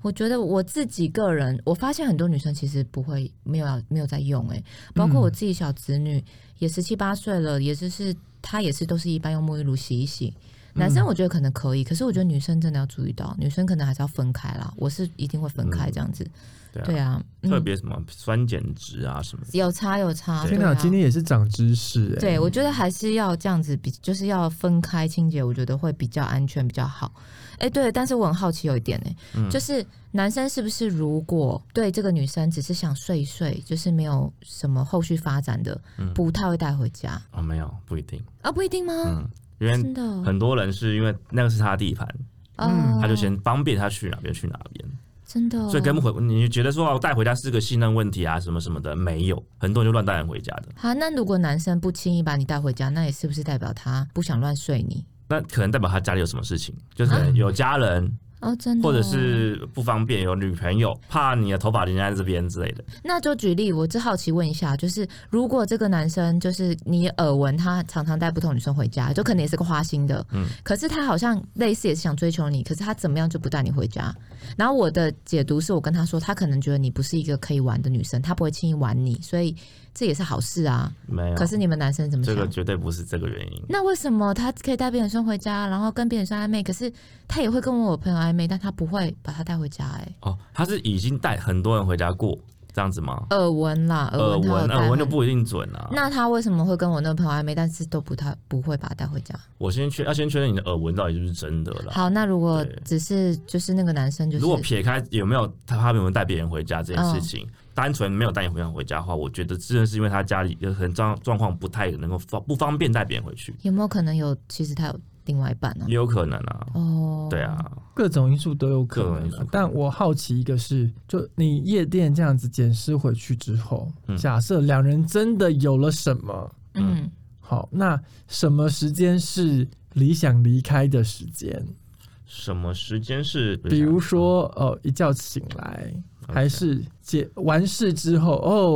C: 我觉得我自己个人，我发现很多女生其实不会没有要没有在用哎、包括我自己小侄女、也十七八岁了，也就是她也是都是一般用沐浴乳洗一洗。男生我觉得可能可以，可是我觉得女生真的要注意到，女生可能还是要分开啦。我是一定会分开这样子。
B: 对啊
C: 对啊，嗯
B: 特别什么酸碱值啊什么的，
C: 有差有差。
A: 天
C: 对啊
A: 今天也是长知识哎、
C: 对我觉得还是要这样子比，就是要分开清洁，我觉得会比较安全比较好。哎、对，但是我很好奇有一点呢、
B: 嗯
C: 就是男生是不是如果对这个女生只是想睡一睡，就是没有什么后续发展的，
B: 嗯
C: 不太会带回家
B: 哦，没有不一定，
C: 啊？不一定吗？
B: 嗯，因为
C: 真的哦，
B: 很多人是因为那个是他的地盘，
C: 哦
B: 他就先方便他去哪边去哪边，
C: 真的哦，
B: 所以根本回你觉得说哦带回家是个信任问题啊什么什么的，没有，很多人就乱带人回家的，
C: 好，那如果男生不轻易把你带回家，那也是不是代表他不想乱睡你？
B: 那可能代表他家里有什么事
C: 啊
B: 情，就是可能有家人
C: 哦，真的、
B: 或者。是不方便有女朋友，怕你的头发淋在这边之类的，
C: 那就举例，我只好奇问一下，就是如果这个男生就是你耳闻他常常带不同女生回家，就可能也是个花心的，嗯，可是他好像类似也是想追求你，可是他怎么样就不带你回家？然后我的解读是我跟他说，他可能觉得你不是一个可以玩的女生，他不会轻易玩你，所以这也是好事啊。
B: 没有
C: 可，是你们男生怎么
B: 嗯这
C: 想？
B: 个绝对不是这个原因。
C: 那为什么他可以带别的女生回家，然后跟别的女生暧昧，可是他也会跟我朋友暧昧，但他不会把他带回家、哎，
B: 哦，他是已经带很多人回家过这样子吗？
C: 耳闻啦，
B: 耳
C: 闻他有
B: 闻，
C: 带
B: 耳闻就
C: 很
B: 不一定准啊。
C: 那他为什么会跟我那个朋友暧昧，但是都不太不会把他带回家？
B: 我先确要先确认你的耳闻到底是不是真的了。
C: 好，那如果
B: 对
C: 只是就是那个男生就是
B: 如果撇开有没有他他有没有带别人回家这件事
C: 嗯
B: 情，单纯没有带你回家回家的话，我觉得真的是因为他家里有很状状况不太能够方不方便带别人回去，
C: 有没有可能有，其实他有另外一半呢、
B: 也有可能啊。
C: 哦，
B: 对，啊，
A: 各种因素都有可
B: 各种
A: 能
B: 因
A: 啊、
B: 素可能
A: 但我好奇一个是，就你夜店这样子捡尸回去之后，
B: 嗯
A: 假设两人真的有了什么，
C: 嗯，
A: 好，那什么时间是理想离开的时间？
B: 什么时间是？
A: 比如说，
B: 嗯
A: 哦，一觉醒来，还是解完事之后，哦，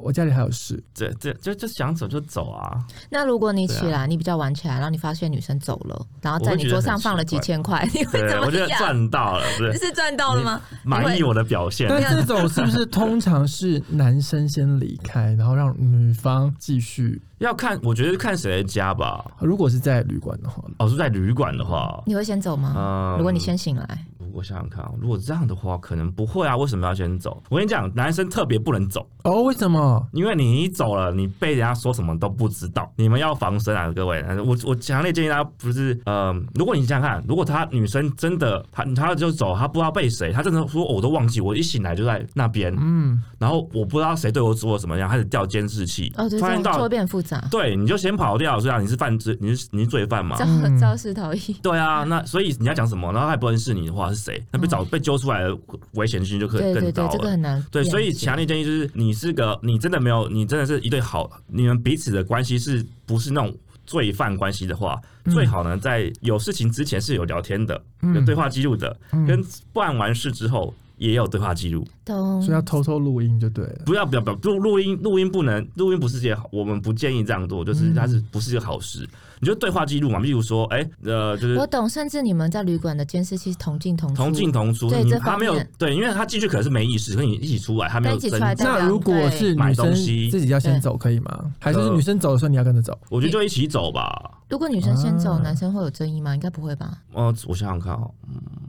A: 我家里还有事，
B: 这这就就想走就走 啊，
C: 那如果你起
B: 对啊
C: 来，你比较晚起来，然后你发现女生走了，然后在
B: 我会觉
C: 你
B: 得
C: 桌
B: 很
C: 上放了
B: 奇
C: 几
B: 怪
C: 千块，你会
B: 对
C: 怎，
B: 我
C: 么
B: 觉得
C: 样？
B: 赚到了， 不是
C: 是赚到了吗？
B: 满意我的表现。
A: 但这种是不是通常是男生先离开，然后让女方继续？
B: 要看，我觉得看谁的家吧。
A: 如果是在旅馆的话，
B: 哦，是在旅馆的话，
C: 你会先走吗？
B: 嗯
C: 如果你先醒来，
B: 我我想想看啊，如果这样的话，可能不会啊。为什么要先走？我跟你讲，男生特别不能走，
A: 哦，为什么？
B: 因为你一走了，你被人家说什么都不知道。你们要防身啊，各位！我我强烈建议大家，不是呃，如果你想想看，如果她女生真的她她就走，她不知道被谁，她真的说、哦我都忘记，我一醒来就在那边，
A: 嗯，
B: 然后我不知道谁对我做了什么样，开始调监视器，
C: 哦，对，
B: 发现
C: 这样就
B: 到
C: 会变复杂，
B: 对，啊你就先跑掉，虽然你是犯罪，你是你是罪犯嘛，
C: 肇
A: 嗯
C: 肇事逃逸。
B: 对啊，那所以你要讲什么，然后他也不认识你的话是谁，那被找、被揪出来的危险性就可
C: 嗯对
B: 以更高
C: 对对，
B: 了。
C: 这个很难
B: 对，
C: 辨
B: 所以
C: 解
B: 强烈建议就是，你是个，你真的没有，你真的是一对好，你们彼此的关系是不是那种罪犯关系的话，
A: 嗯
B: 最好呢在有事情之前是有聊天的，
A: 嗯
B: 有对话记录的，
A: 嗯
B: 跟办完事之后也有对话记录。
C: 懂
A: 所以要偷偷录音就对了。
B: 不要不要不要录录音录音不能录音不是件好，我们不建议这样做，就是
A: 嗯
B: 它是不是一个好事？你就对话记录嘛，例如说，哎、呃，就是
C: 我懂，甚至你们在旅馆的监视器同进同出
B: 同进同出，
C: 对
B: 你
C: 这
B: 他
C: 方
B: 没有
C: 面
B: 对，因为他进去可能是没意识，跟你一起出来，他没有
C: 但一起
B: 真
C: 出来代表
A: 那如果是
B: 买
A: 女
B: 东
A: 生
B: 西嗯
A: 自己要先
C: 对
A: 走可以吗？还是
B: 呃
A: 女生走的时候你要跟着走？
B: 我觉得就一起走吧。
C: 如果女生先走，
A: 啊
C: 男生会有争议吗？应该不会吧？
B: 哦，我想想看哦，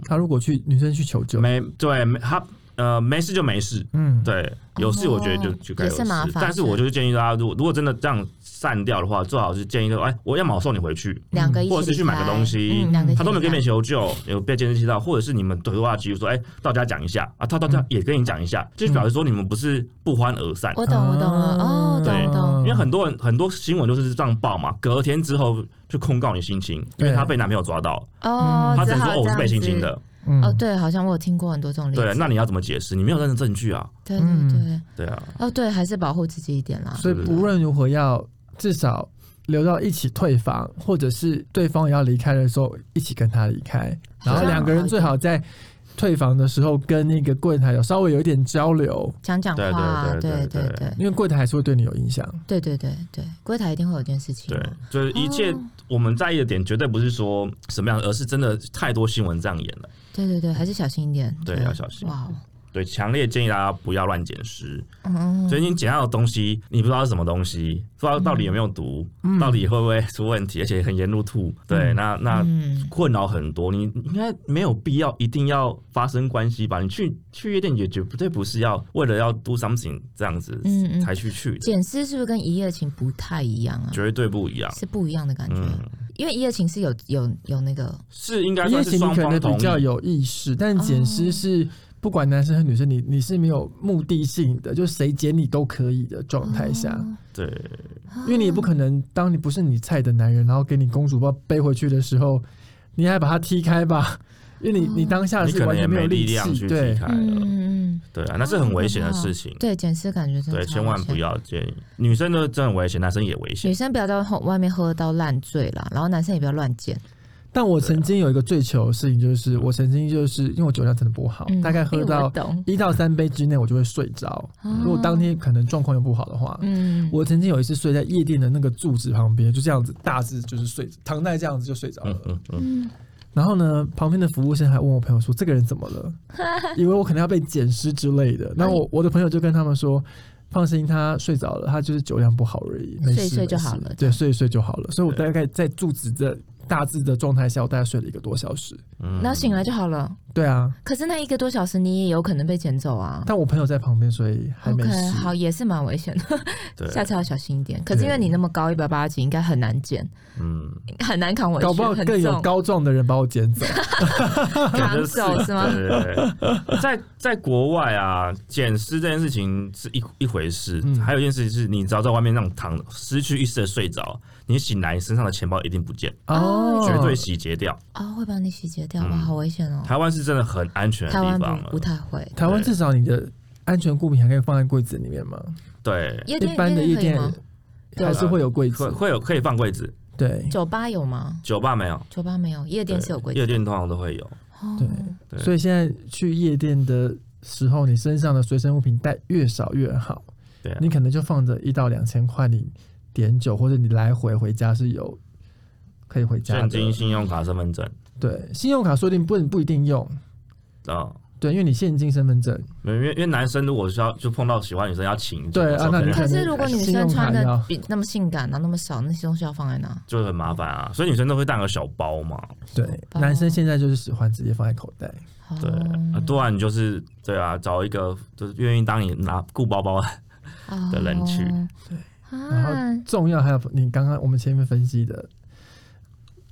A: 她如果去女生去求救，
B: 没对，没他呃没事就没事，
A: 嗯，
B: 对，有事我觉得就
C: 哦
B: 就该有
C: 也是
B: 事
C: 麻。烦
B: 但是我就是建议大家，如果如果真的这样散掉的话，最好是建议说，哎，我要么我送你回去，
C: 两
A: 嗯
C: 个一起
B: 或者是去
C: 离
B: 买个
C: 开
B: 东西
C: 嗯两个一起
B: 他都没有
C: 离
B: 跟
C: 开
B: 别人求救，有被监视器到，或者是你们对话记录说，哎，到家讲一下啊，他到家
A: 嗯
B: 也跟你讲一下，就是表示说你们不是不欢而散。
C: 我懂，我懂
A: 啊
C: 了，哦，
B: 对
C: 懂懂。
B: 因为很多人很多新闻就是这样报嘛，隔天之后就控告你性侵，因为
A: 对
B: 她被男朋友抓到，
C: 哦
A: 嗯，
B: 她只
C: 只
B: 能说
C: 好
B: 哦我
C: 这
B: 是被
C: 样
B: 性侵
C: 子。
B: 的，
A: 嗯
C: 哦，，对，好像我有听过很多这种例子。
B: 对，那你要怎么解释？你没有认真证据啊，
C: 对
A: 嗯
C: 对对，
B: 对啊，
C: 哦，对，还是保护自己一点啦。
A: 所以不论如何要至少留到一起退房，或者是对方也要离开的时候一起跟他离开，然后
C: 好
A: 两个人最好在退房的时候跟那个柜台有稍微有一点交流，
C: 讲讲
B: 对对
C: 话，
B: 对对
C: 对
B: 对
C: 对
A: 因为柜台还是会对你有影响。
C: 对对对对，柜台一定会有件事情
B: 对
C: 嘛。，
B: 就是一切
C: 哦
B: 我们在意的点，绝对不是说什么样，而是真的太多新闻这样演了，
C: 对对对，还是小心一点。
B: 对要小心
C: 哇哦，
B: 对，强烈建议大家不要乱捡尸，
C: 嗯，
B: 所以你捡到的东西，你不知道是什么东西，不知道到底有没有毒，到底会不会出问题，而且很沿路吐，对，那那
C: 嗯嗯
B: 困扰很多，你应该没有必要一定要发生关系吧？你去去夜店也绝对不是要为了要 do something 这样子
C: 嗯嗯
B: 才去去的，
C: 捡尸是不是跟一夜情不太一样啊？
B: 绝对不一样。
C: 是不一样的感觉，
B: 嗯，
C: 因为一夜情是有有有那个
B: 是应该
A: 因为
B: 算是
A: 情你
B: 双
A: 可能
B: 方
A: 比
B: 同
A: 较
B: 意。
A: 有意识，但捡尸
C: 哦
A: 是不管男生和女生，你你是没有目的性的，就谁捡你都可以的状态下，
C: 哦
B: 对，
A: 因为你也不可能当你不是你菜的男人，然后给你公主抱背回去的时候，你还把它踢开吧， 因为
C: 哦
A: 你你当下
B: 你
A: 是
B: 可能
A: 完
B: 也
A: 全有
B: 没力量
A: 气，
B: 去踢
A: 对，
B: 开
C: 嗯
B: 了，
C: 嗯嗯，
B: 对啊，那是很危险的事情。
C: 对，捡尸感觉真的
B: 对，
C: 超
B: 千万
C: 危险
B: 不。要建议女生都真的很危险，男生也危
C: 女
B: 险。
C: 生不要在后外面喝到烂醉啦，然后男生也不要乱捡。
A: 但我曾经有一个最糗的事情，就是
B: 嗯
A: 我曾经就是因为我酒量真的不好，
C: 嗯
A: 哦大概喝
C: 因为我
A: 到
C: 懂，
A: 一到三杯之内我就会睡着。如果当天可能状况又不好的话，
C: 嗯，
A: 我曾经有一次睡在夜店的那个柱子旁边，就这样子大致就是睡躺在这样子就睡着了
B: 嗯。嗯嗯，
C: 嗯
A: 然后呢，旁边的服务生还问我朋友说：“这个人怎么 了？”以为我可能要被捡尸之类的。那
C: 嗯
A: 我我的朋友就跟他们说：“放心，他睡着了，他就是酒量不好而已，没事
C: 睡一睡
A: 没事
C: 就好了这
A: 对，
C: 样
A: 睡一睡就好了。所以我大概在柱子的大致的状态下，我大概睡了一个多小时。
B: 嗯
C: 然后醒来就好了。
A: 对啊，
C: 可是那一个多小时，你也有可能被捡走啊。
A: 但我朋友在旁边，所以还没
C: OK，
A: 事。
C: 好，也是蛮危险的，
B: 对，
C: 下次要小心一点。可是因为你那么高，一百八十几，应该很难捡，
B: 嗯，
C: 很难扛回去，
A: 搞不好
C: 很
A: 更有
C: 重
A: 高壮的人把我捡走。
C: 扛走是吗？
B: 对对对，在在国外啊，捡尸这件事情是一一回事，
A: 嗯
B: 还有一件事情是你只要在外面那种躺失去意识的睡着，你醒来身上的钱包一定不见，
C: 哦
B: 绝对洗劫掉。
C: 啊，会把你洗劫掉，
B: 嗯
C: 哇，好危险哦。
B: 台湾是真的很安全的
C: 台
B: 地
C: 湾
B: 方
C: 不
B: 了
C: 不，太会，
A: 台湾至少你的安全物品还可以放在柜子里面嘛，
B: 对，
C: 夜
A: 一
C: 店
A: 般的夜
C: 可以
A: 店
C: 吗？啊对
A: 还是会有柜
B: 会
A: 子。
B: 会有可以放柜子，
A: 对，
C: 酒吧有吗？
B: 酒吧没有，
C: 酒吧没有，夜店
B: 对
C: 是有规
B: 夜
C: 定。
B: 店通常都会有。
C: 哦
A: 对
B: 对
A: 所以现在去夜店的时候，你身上的随身物品带越少越好。
B: 对啊
A: 你可能就放着一到两千块，你点酒或者你来回回家是有可以回家
B: 现
A: 的。
B: 金、信用卡、身份证
A: 对，信用卡说不定不不一定用，
B: 啊，
A: 对，因为你现金身份证，
B: 因为因为男生如果是要就碰到喜欢女生要请酒
A: 对
B: 的时
A: 啊
B: 候，
A: 那
B: 可
A: 你
B: 能
A: 看
C: 可是如果女生穿
A: 信用卡
C: 的
A: 要
C: 比那么性感啊，那么少，那些东西要放在哪？
B: 就很麻烦啊。所以女生都会带个小包嘛，
A: 对，
C: 好吧
A: 男生现在就是喜欢直接放在口袋。
B: 对，
C: 哦
B: 啊，不然你就是对啊，找一个就是愿意当你拿顾包包的，的人去
C: 哦
A: 对然
C: 啊
A: 后重要还有你刚刚我们前面分析的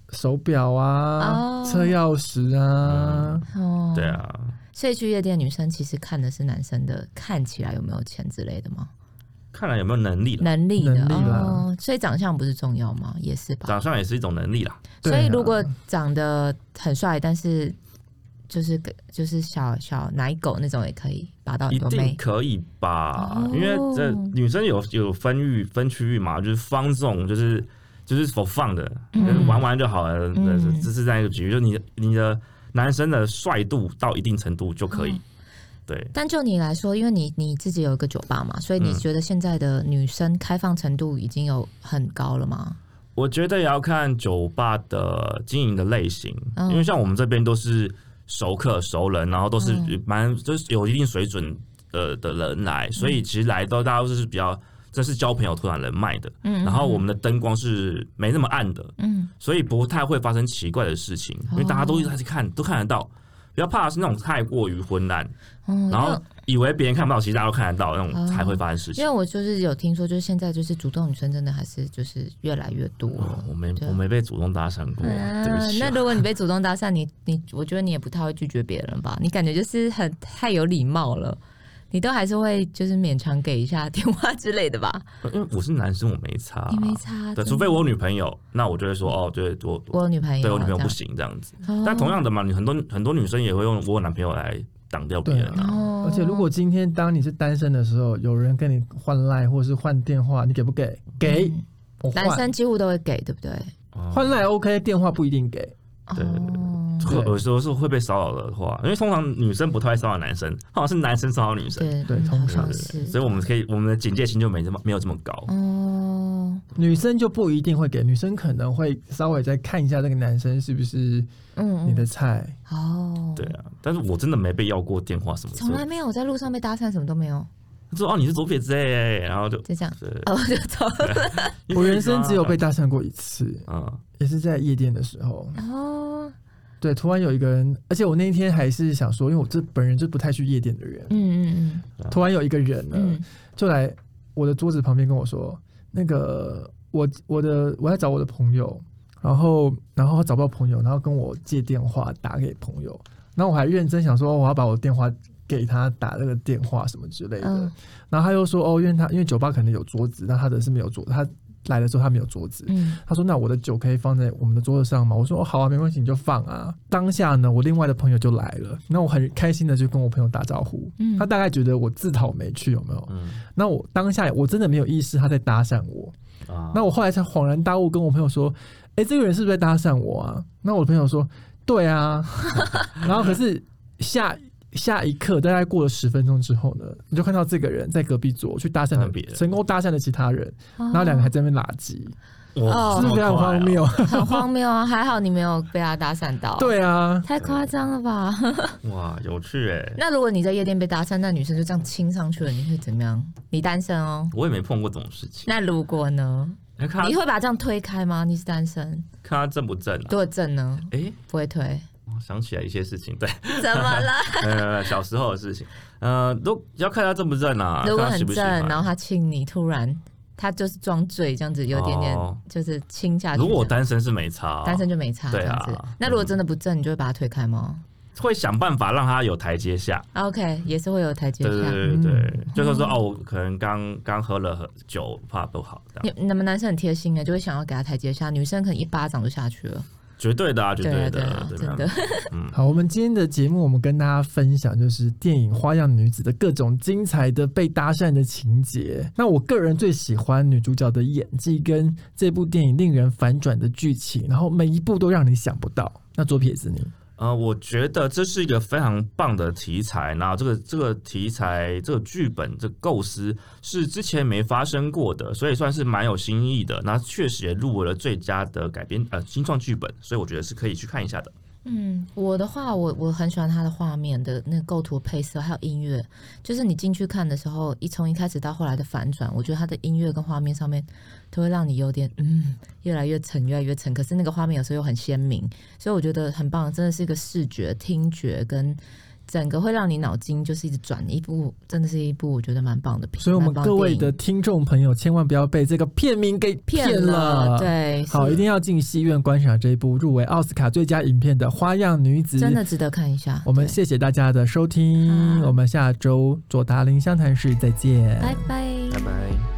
A: 手表啊、
C: 哦
A: 车钥匙啊，
C: 哦
B: 对，啊，
C: 所以去夜店，女生其实看的是男生的看起来有没有钱之类的吗？
B: 看来有没有能力了，
C: 能力的
A: 能力啦
C: 哦，所以长相不是重要吗？也是吧。
B: 长相也是一种能力啦。
A: 对啊
C: 所以如果长得很帅，但是就是就是小小奶狗那种也可以拔到
B: 一
C: 很多
B: 定
C: 妹。
B: 可以吧？
C: 啊哦
B: 因为这女生有有分域分区域嘛，就是放纵，就是就是否放的，
C: 嗯
B: 就是玩玩就好了，
C: 嗯
B: 这这是这样一个局，就你你的男生的帅度到一定程度就可以，
C: 嗯
B: 对。
C: 但就你来说，因为你你自己有一个酒吧嘛，所以你
B: 嗯
C: 觉得现在的女生开放程度已经有很高了吗？
B: 我觉得也要看酒吧的经营的类型，
C: 嗯
B: 因为像我们这边都是熟客、熟人，然后都是
C: 嗯
B: 蛮、就是有一定水准的的人来，所
C: 嗯
B: 以其实来都大家都是比较这是交朋友、拓展人脉的。
C: 嗯，
B: 然后我们的灯光是没那么暗的，
C: 嗯
B: 所以不太会发生奇怪的事情，
C: 哦
B: 因为大家都一直看都看得到。比较怕的是那种太过于昏暗，
C: 嗯，
B: 然
C: 因为
B: 后以为别人看不到，其实大家都看得到，那
C: 哦
B: 种才会发生事
C: 因
B: 情。
C: 为我就是有听说，就是现在就是主动女生真的还是就是越来越多
B: 哦
C: 了。
B: 我没
C: 对啊
B: 我没被主动搭讪过，对不
C: 嗯，
B: 起啊。
C: 那如果你被主动搭讪，你你，我觉得你也不太会拒绝别人吧？你感觉就是很太有礼貌了，你都还是会就是勉强给一下电话之类的吧？
B: 因为我是男生，我没差、啊
C: 你没差，
B: 对，
C: 真的
B: 除非我有女朋友，那我就会说哦，对我
C: 我有哦女朋友，
B: 对我女朋友不行这样子。
C: 这样。
B: 但同样的嘛，你很多很多女生也会用我有男朋友来挡掉别人
A: 对
B: 啊。
C: 哦，
A: 而且如果今天当你是单身的时候，有人跟你换赖或是换电话，你给不给？给，我
C: 嗯男
A: 换
C: 生几乎都会给，对不对？
B: 哦
A: 换赖 OK，电话不一定给。
B: 对
C: 哦
B: 会有时候是会被骚扰的话，因为通常女生不太会骚扰男生，好像是男生骚扰女生，
C: 对哦
A: 对
C: 嗯
A: 通
C: 好
A: 常
C: 像
B: 对
C: 是
B: 所以我们可以我们的警戒心就没这么没有这么高。
C: 哦，
A: 女生就不一定会给，女生可能会稍微再看一下这个男生是不是
C: 嗯，
A: 你的
C: 嗯
A: 菜。
C: 哦，
B: 对，啊，但是我真的没被要过电话什么的，
C: 从来没有在路上被搭讪，什么都没有，
B: 说哦你是左撇子哎，然后就
C: 就这样。
B: 对
C: 哦，就走 了。
A: 我人生只有被搭讪过一次，
B: 嗯
A: 也是在夜店的时候。
C: 哦，
A: 对，突然有一个人，而且我那一天还是想说，因为我这本人就不太去夜店的人，
C: 嗯嗯
A: 突然有一个人
C: 嗯
A: 呢，
C: 嗯，
A: 就来我的桌子旁边跟我说，那个我我的我在找我的朋友，然后然后找不到朋友，然后跟我借电话打给朋友，然后我还认真想说我要把我电话给他打这个电话什么之呃类的，
C: 嗯
A: 然后他又说哦，因为他因为酒吧可能有桌子，但他的是没有桌，他来的时候他没有桌子，
C: 嗯
A: 他说：“那我的酒可以放在我们的桌子上吗？”我说：“哦，好啊，没关系，你就放啊。”当下呢，我另外的朋友就来了，那我很开心的就跟我朋友打招呼。
C: 嗯
A: 他大概觉得我自讨没趣，有没有？
B: 嗯
A: 那我当下我真的没有意识他在搭讪我。
B: 啊，
A: 那我后来才恍然大悟，跟我朋友说：“诶，这个人是不是在搭讪我啊？”那我的朋友说：“对啊。”然后可是下下一刻，大概过了十分钟之后呢，你就看到这个人在隔壁桌去搭讪
B: 搭
A: 了
B: 讪别人
A: 成功搭讪了其他人，
C: 然
A: 然后两个还在那边拉鸡，
B: 哇啊
C: 哦
A: 是不是非常荒谬？
C: 很荒谬啊，还好你没有被他搭讪到，，
A: 对啊，
C: 太夸张了吧？
B: 哇，有趣哎。
C: 那如果你在夜店被搭讪，那女生就这样亲上去了，你会怎么样？你单身哦。
B: 我也没碰过这种事情。
C: 那如果呢？
B: 那看
C: 你
B: 他
C: 会把这样推开吗？你是单身，
B: 看他正不正啊？
C: 多正呢？
B: 哎、
C: 不 会推，
B: 我想起来一些事情，对，
C: 怎么了？
B: 呃，小时候的事情，呃，都要看他正不正啊，
C: 如果
B: 看他
C: 很
B: 喜不喜
C: 正，
B: 欢
C: 然后他亲你，突然他就是装醉这样子，有点点
B: 哦
C: 就是亲下去这样。
B: 如果我单身是没差、啊
C: 单身就没差这
B: 对
C: 样
B: 啊
C: 子。那如果真的不正，你就会把他推开吗啊
B: 会想办法让他有台阶下。
C: ？OK，也是会有台阶
B: 对
C: 下。嗯
B: 对对对，对就说说哦，我可能刚刚喝了喝酒，怕不好，这样
C: 你你们男生很贴心哎，就会想要给他台阶下，女生可能一巴掌就下去了。
B: 绝对的啊，绝
C: 啊，对
B: 的
C: 啊，，
B: 对
C: 真
B: 没
C: 的
B: 有。嗯，
A: 好，我们今天的节目，我们跟大家分享就是电影《花样女子》的各种精彩的被搭讪的情节。那我个人最喜欢女主角的演技跟这部电影令人反转的剧情，然后每一步都让你想不到。那左撇子你，
B: 呃，我觉得这是一个非常棒的题材，那这个这个题材、这个剧本、这个构思是之前没发生过的，所以算是蛮有新意的。那确实也入围了最佳的改编呃新创剧本，所以我觉得是可以去看一下的。
C: 嗯，我的话，我我很喜欢它的画面的那个构图配色，还有音乐，就是你进去看的时候，一从一开始到后来的反转，我觉得它的音乐跟画面上面都会让你有点嗯，越来越沉，越来越沉。可是那个画面有时候又很鲜明，所以我觉得很棒，真的是一个视觉、听觉跟。整个会让你脑筋就是一直转，一部真的是一部我觉得蛮棒的片。
A: 所以，我们
C: 蛮棒
A: 各位
C: 电
A: 的
C: 影
A: 听众朋友，千万不要被这个片名给
C: 骗
A: 了。
C: 了，。对，
A: 好，一定要进戏院观赏这一部入围奥斯卡最佳影片的《花样女子》。
C: 真的值得看一下。
A: 我们
C: 对
A: 谢谢大家的收听，
C: 好
A: 我们下周左达林湘潭市再见。
C: 拜拜
B: 拜拜。